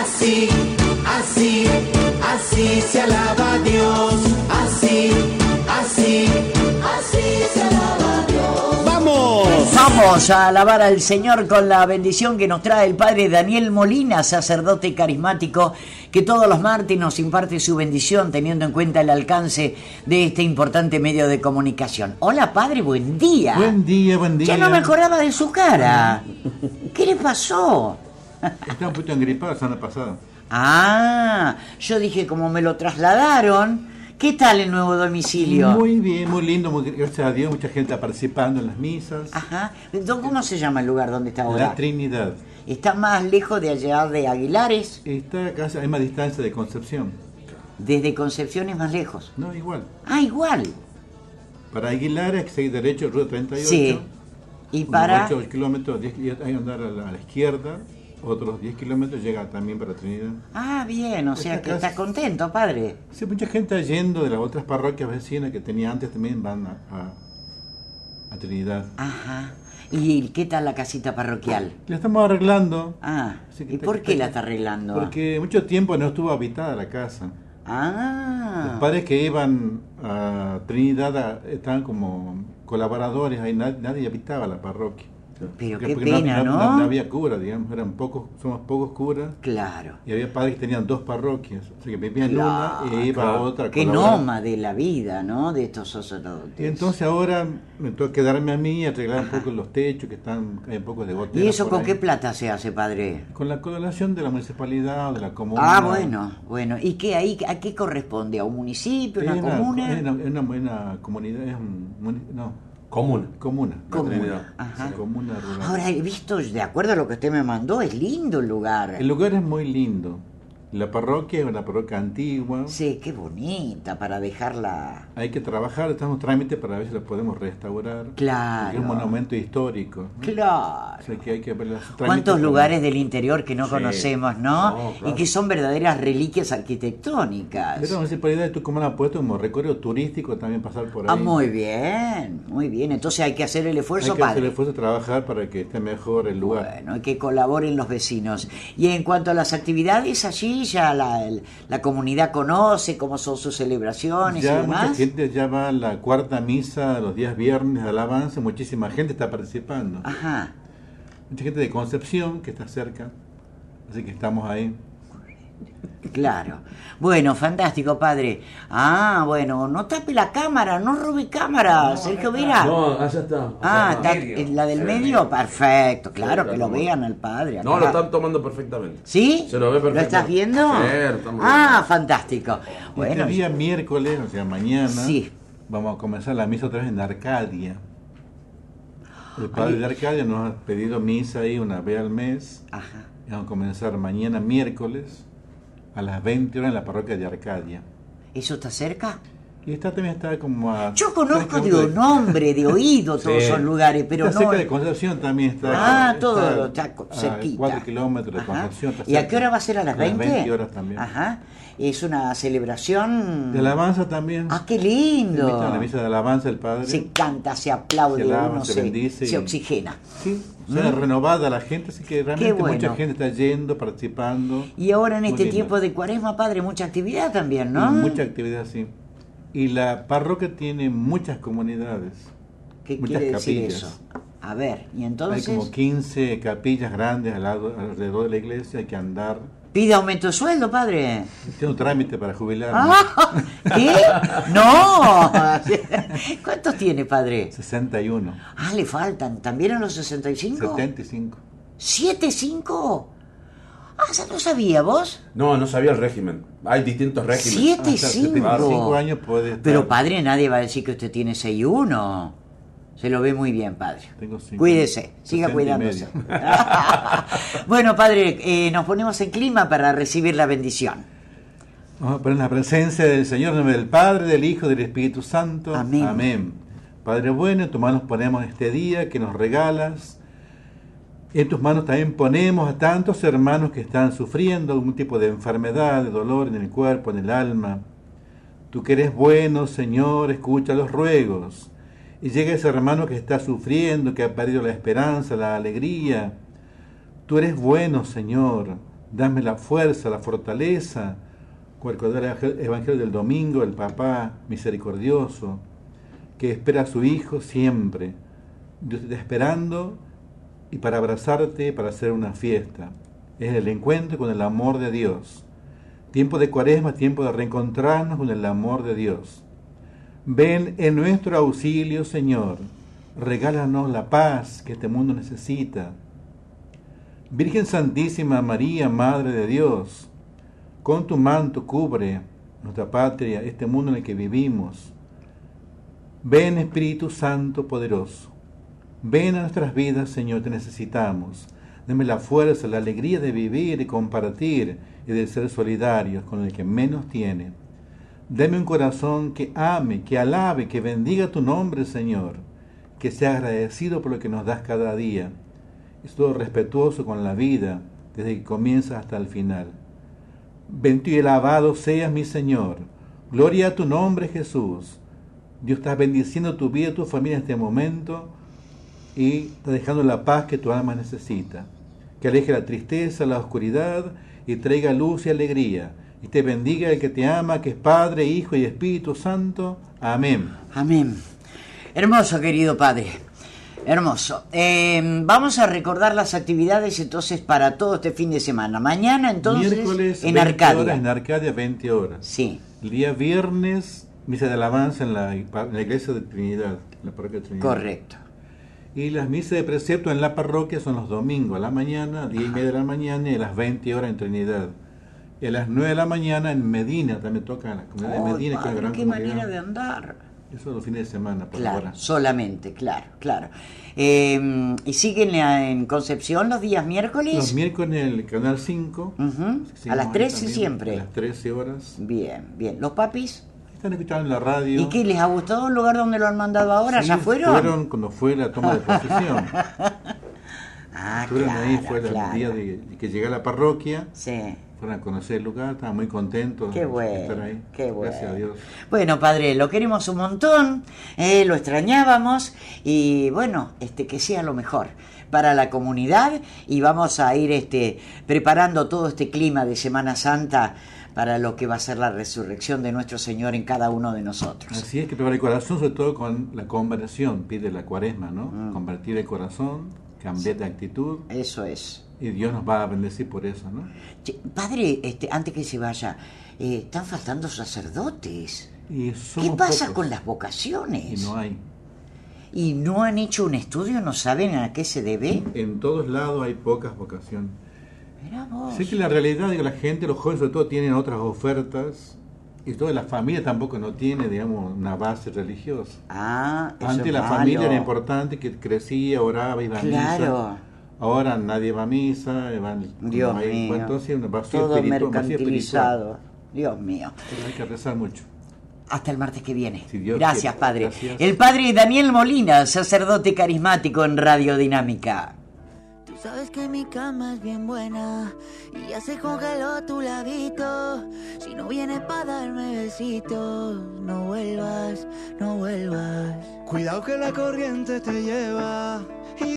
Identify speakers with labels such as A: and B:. A: Así, así, así se alaba a Dios. Así, así, así se alaba a Dios.
B: ¡Vamos!
C: Vamos a alabar al Señor con la bendición que nos trae el Padre Daniel Molina, sacerdote carismático, que todos los martes nos imparte su bendición teniendo en cuenta el alcance de este importante medio de comunicación. Hola Padre, buen día.
B: Buen día, buen día.
C: Ah. Ya no me acordaba de su cara. ¿Qué le pasó?
B: Estaba un poquito engripado la semana pasada.
C: Ah, yo dije como me lo trasladaron. ¿Qué tal el nuevo domicilio?
B: Muy bien, muy lindo, muy, gracias a Dios, mucha gente está participando en las misas.
C: Ajá. Don, ¿Cómo se llama el lugar donde está ahora?
B: La Trinidad.
C: Está más lejos de allá de Aguilares.
B: Está casi a la misma distancia de Concepción.
C: Desde Concepción es más lejos.
B: No, igual.
C: Ah, igual.
B: Para Aguilares, que seguir derecho, ruta 38.
C: Sí. Y para.
B: 8 kilómetros, 10 y hay que andar a la, a la izquierda. Otros 10 kilómetros llega también para Trinidad.
C: Ah, bien, o sea
B: Esta
C: que
B: casa-
C: está contento, padre.
B: Sí, mucha gente yendo de las otras parroquias vecinas que tenía antes también van a, a- a Trinidad.
C: Ajá. ¿Y qué tal la casita parroquial?
B: La estamos arreglando.
C: Ah,
B: Así que
C: ¿y
B: te-
C: por qué
B: te-
C: la está arreglando?
B: Porque mucho tiempo no estuvo habitada la casa. Los
C: Ah,
B: padres que iban a Trinidad a- estaban como colaboradores, ahí na- nadie, habitaba la parroquia.
C: pero
B: Porque-
C: qué
B: porque no-
C: pena,
B: no, no-
C: ¿no?
B: no había cura, digamos, eran pocos, somos pocos curas.
C: Claro.
B: Y había padres que tenían dos parroquias, o sea que vivían en una
C: Claro.
B: e iba a otra.
C: Qué
B: colaborar.
C: noma de la vida, ¿no? De estos sacerdotes.
B: Y entonces ahora me toca quedarme a mí y arreglar un poco los techos que están, hay un poco de goteras
C: ¿Y eso
B: por
C: con
B: ahí.
C: qué plata se hace, padre?
B: Con la colaboración de la municipalidad, de la comuna.
C: Ah, bueno, bueno. ¿Y qué ahí a qué corresponde? ¿A un municipio,
B: Es
C: una comuna?
B: Es una, es una buena comunidad, es un, muni- no,
D: Común.
B: Comuna.
C: Comuna,
B: Comunidad.
C: ajá.
B: Sí, Comuna rural.
C: Ahora he visto, de acuerdo a lo que usted me mandó, es lindo el lugar.
B: el lugar es muy lindo. La parroquia es una parroquia antigua.
C: Sí, qué bonita para dejarla.
B: Hay que trabajar, estamos en trámite para ver si la podemos restaurar.
C: Claro.
B: Porque Es un monumento histórico. ¿no?
C: Claro.
B: O sea que hay que ver los trámites
C: ¿Cuántos
B: para-
C: lugares del interior que no
D: Sí.
C: conocemos, no?
B: Oh,
D: No, claro.
C: Y que son verdaderas reliquias arquitectónicas. Ah,
B: Pero La municipalidad de Tucumán ha puesto como recorrido turístico también pasar por ahí.
C: Ah, muy bien, muy bien. Entonces hay que hacer el
B: Hay que
C: esfuerzo,
B: hacer
C: padre.
B: el esfuerzo de trabajar para que esté mejor el lugar.
C: Bueno, y que colaboren los vecinos. Y en cuanto a las actividades, allí ya la, el- la comunidad conoce cómo son sus celebraciones y
B: Ya mucha
C: demás.
B: gente ya va a la cuarta misa los días viernes de alabanza, muchísima gente está participando.
C: Ajá.
B: Mucha gente de Concepción que está cerca, así que estamos ahí.
C: Claro. Bueno, fantástico, padre. Ah, bueno, no tape la cámara, no robe cámara, Sergio Vera.
D: No, allá está. Acá
C: ah,
D: está.
C: está- en la del medio, perfecto, claro,
D: Sí,
C: que lo
D: la tomo.
C: vean al padre. acá.
D: No, lo están tomando perfectamente.
C: ¿Sí?
D: Se lo ve perfecto.
C: estás viendo?
D: Sí, lo estamos
C: ah, fantástico. Bueno,
B: Bueno, este día miércoles, o sea, mañana,
C: Sí.
B: vamos a comenzar la misa otra vez en Arcadia. El padre de Arcadia nos ha pedido misa ahí una vez al mes.
C: ajá.
B: Y Vamos a comenzar mañana miércoles a las 20 horas en la parroquia de Arcadia.
C: ¿Eso está cerca?
B: Y esta también está como a...
C: Yo conozco
B: tres
C: de un
B: kilómetros
C: nombre, de oído, todos
D: Este Sí.
C: esos lugares, pero
B: está
C: no.
B: cerca de Concepción también está.
C: Ah,
B: está
C: todo está co-
B: a
C: cerquita.
B: 4 kilómetros de
C: Ajá.
B: Concepción. está
C: ¿Y a
B: cerca.
C: qué hora va a ser? ¿A las 20?
B: A las 20 horas también.
C: Ajá. Es una celebración.
B: De alabanza también.
C: Ah, qué
B: Se
C: lindo.
B: invita a la misa de alabanza el padre.
C: Se canta, se aplaude,
B: Se alaba,
C: uno se,
B: se bendice
C: se
B: y-
C: oxigena.
B: Sí, o sea, renovada la gente, así que realmente
C: Mm. Qué bueno.
B: mucha gente está yendo, participando.
C: Y ahora en
B: Muy
C: este
B: lindo.
C: tiempo de cuaresma, padre, mucha actividad también,
B: Y
C: ¿no?
B: Mucha actividad, sí. Y la parroquia tiene muchas comunidades.
C: ¿Qué
B: muchas
C: quiere decir
B: capillas.
C: eso? A ver, y
B: Hay
C: entonces,
B: como 15 capillas grandes al lado- alrededor de la iglesia, hay que andar.
C: ¿pide aumento de sueldo, padre?
B: Tengo un trámite para jubilar.
C: Ah, ¿Qué? ¡No! ¿Cuántos tiene, padre?
B: 61,
C: Ah, le faltan. ¿También a los 65?
B: 75.
C: ¿Siete, cinco? Ah, ¿ya no sabía vos?
D: No, no sabía el régimen. Hay distintos regímenes.
C: ¿Siete,
B: Hasta
C: cinco?
B: 75 años puede estar.
C: Pero padre, nadie va a decir que usted tiene 6-1. Se lo ve muy bien, padre.
B: Tengo cinco.
C: Cuídese, siga
B: 60 y
C: cuidándose.
B: medio.
C: bueno, padre, eh, nos ponemos en clima para recibir la bendición.
B: Vamos a poner en la presencia del Señor, en el nombre del Padre, del Hijo, del Espíritu Santo.
C: Amén.
B: Padre bueno, en tus manos ponemos este día que nos regalas. En tus manos también ponemos a tantos hermanos que están sufriendo algún tipo de enfermedad, de dolor en el cuerpo, en el alma. Tú que eres bueno, Señor, escucha los ruegos. Y llega ese hermano que está sufriendo, que ha perdido la esperanza, la alegría. Tú eres bueno, Señor. dame la fuerza, la fortaleza. Recordar el evangel- Evangelio del domingo, el papá misericordioso, que espera a su hijo siempre. Dios te está esperando y para abrazarte, para hacer una fiesta. Es el encuentro con el amor de Dios. Tiempo de cuaresma, tiempo de reencontrarnos con el amor de Dios. Ven en nuestro auxilio, Señor. Regálanos la paz que este mundo necesita. Virgen Santísima María, Madre de Dios, con tu manto cubre nuestra patria, este mundo en el que vivimos. Ven Espíritu Santo poderoso. Ven a nuestras vidas, Señor, te necesitamos. Dame la fuerza, la alegría de vivir y compartir y de ser solidarios con el que menos tiene. Deme un corazón que ame, que alabe, que bendiga tu nombre, Señor. Que sea agradecido por lo que nos das cada día. Es todo respetuoso con la vida, desde que comienza hasta el final. Bendito y alabado seas mi Señor. Gloria a tu nombre, Jesús. Dios está bendiciendo tu vida, tu familia en este momento y está dejando la paz que tu alma necesita. Que aleje la tristeza, la oscuridad y traiga luz y alegría. Y te bendiga el que te ama, que es Padre, Hijo y Espíritu Santo. Amén.
C: Amén. Hermoso, querido Padre. Hermoso. Eh, vamos a recordar las actividades entonces para todo este fin de semana. Mañana entonces
B: Miércoles
C: en
B: 20
C: Arcadia.
B: horas, en Arcadia 20 horas.
C: Sí.
B: El día viernes, misa de alabanza en la, en la iglesia de Trinidad, en la parroquia de Trinidad.
C: Correcto.
B: Y las misas de precepto en la parroquia son los domingos, a la mañana, 10 y media de la mañana y a las 20 horas en Trinidad. Y a las 9 de la mañana en Medina, también toca la comunidad de
C: Ay,
B: Medina, que es
C: padre,
B: la gran
C: qué
B: comunidad.
C: manera de andar.
B: Eso los fines de semana, por
C: Claro,
B: ahora.
C: solamente, claro, claro. Eh, ¿Y siguen a- en Concepción los días miércoles?
B: Los miércoles en el canal 5.
C: Ujú, A
B: seguimos
C: las
B: ahí
C: 13
B: también, A
C: siempre.
B: las 13 horas.
C: Bien, bien. ¿Los papis?
B: Están escuchando en la radio.
C: ¿Y qué? ¿Les ha gustado el lugar donde lo han mandado ahora?
B: Sí,
C: ¿Ya fueron?
B: cuando fue la toma de posesión.
C: Ah,
B: Fueron ahí,
C: claro,
B: fue el
C: claro.
B: día de, de que llegué a la parroquia.
C: Sí.
B: Fueron a conocer el lugar, estaban muy contentos
C: Qué
B: de estar
C: bueno,
B: ahí.
C: qué bueno.
B: Gracias a Dios.
C: Bueno, padre, lo queremos un montón, eh, lo extrañábamos y bueno, este que sea lo mejor para la comunidad y vamos a ir este preparando todo este clima de Semana Santa para lo que va a ser la resurrección de nuestro Señor en cada uno de nosotros.
B: Así es que preparar el corazón, sobre todo con la conversión, pide la cuaresma, ¿no?
C: Ah.
B: Convertir el corazón, cambiar de actitud
C: Eso es.
B: y Dios nos va a bendecir por eso, ¿no?
C: Che, padre, este, antes que se vaya, eh, están faltando sacerdotes.
B: Y
C: ¿Qué
B: somos
C: pasa
B: pocos
C: con las
B: Y
C: vocaciones?
B: no hay.
C: ¿Y no han hecho un estudio? ¿No saben a qué se debe?
B: En todos lados hay pocas vocaciones.
C: Mirá vos.
B: Sé que la realidad de la gente, los jóvenes sobre todo, tienen otras ofertas y toda la familia tampoco no tiene, digamos, una base religiosa.
C: Ah, eso
B: Antes
C: es
B: la familia
C: malo.
B: era importante, que crecía, oraba, iba a
C: Claro.
B: misa. Ahora nadie va a misa, va al-
C: Dios
B: va a ir-
C: mío.
B: entonces un vacío
C: Todo
B: espiritual, un vacío espiritual.
C: mercantilizado. Dios mío.
B: Pero Hay que rezar mucho.
C: Hasta el martes que viene.
B: Si Dios
C: Gracias,
B: quiere.
C: Padre.
B: Gracias.
C: El Padre Daniel Molina, sacerdote carismático en Radio Dinámica.
E: Tú sabes que mi cama es bien buena y ya se congeló tu labito. Si no vienes para darme besitos, no vuelvas, no vuelvas.
F: Cuidado que la corriente te lleva. y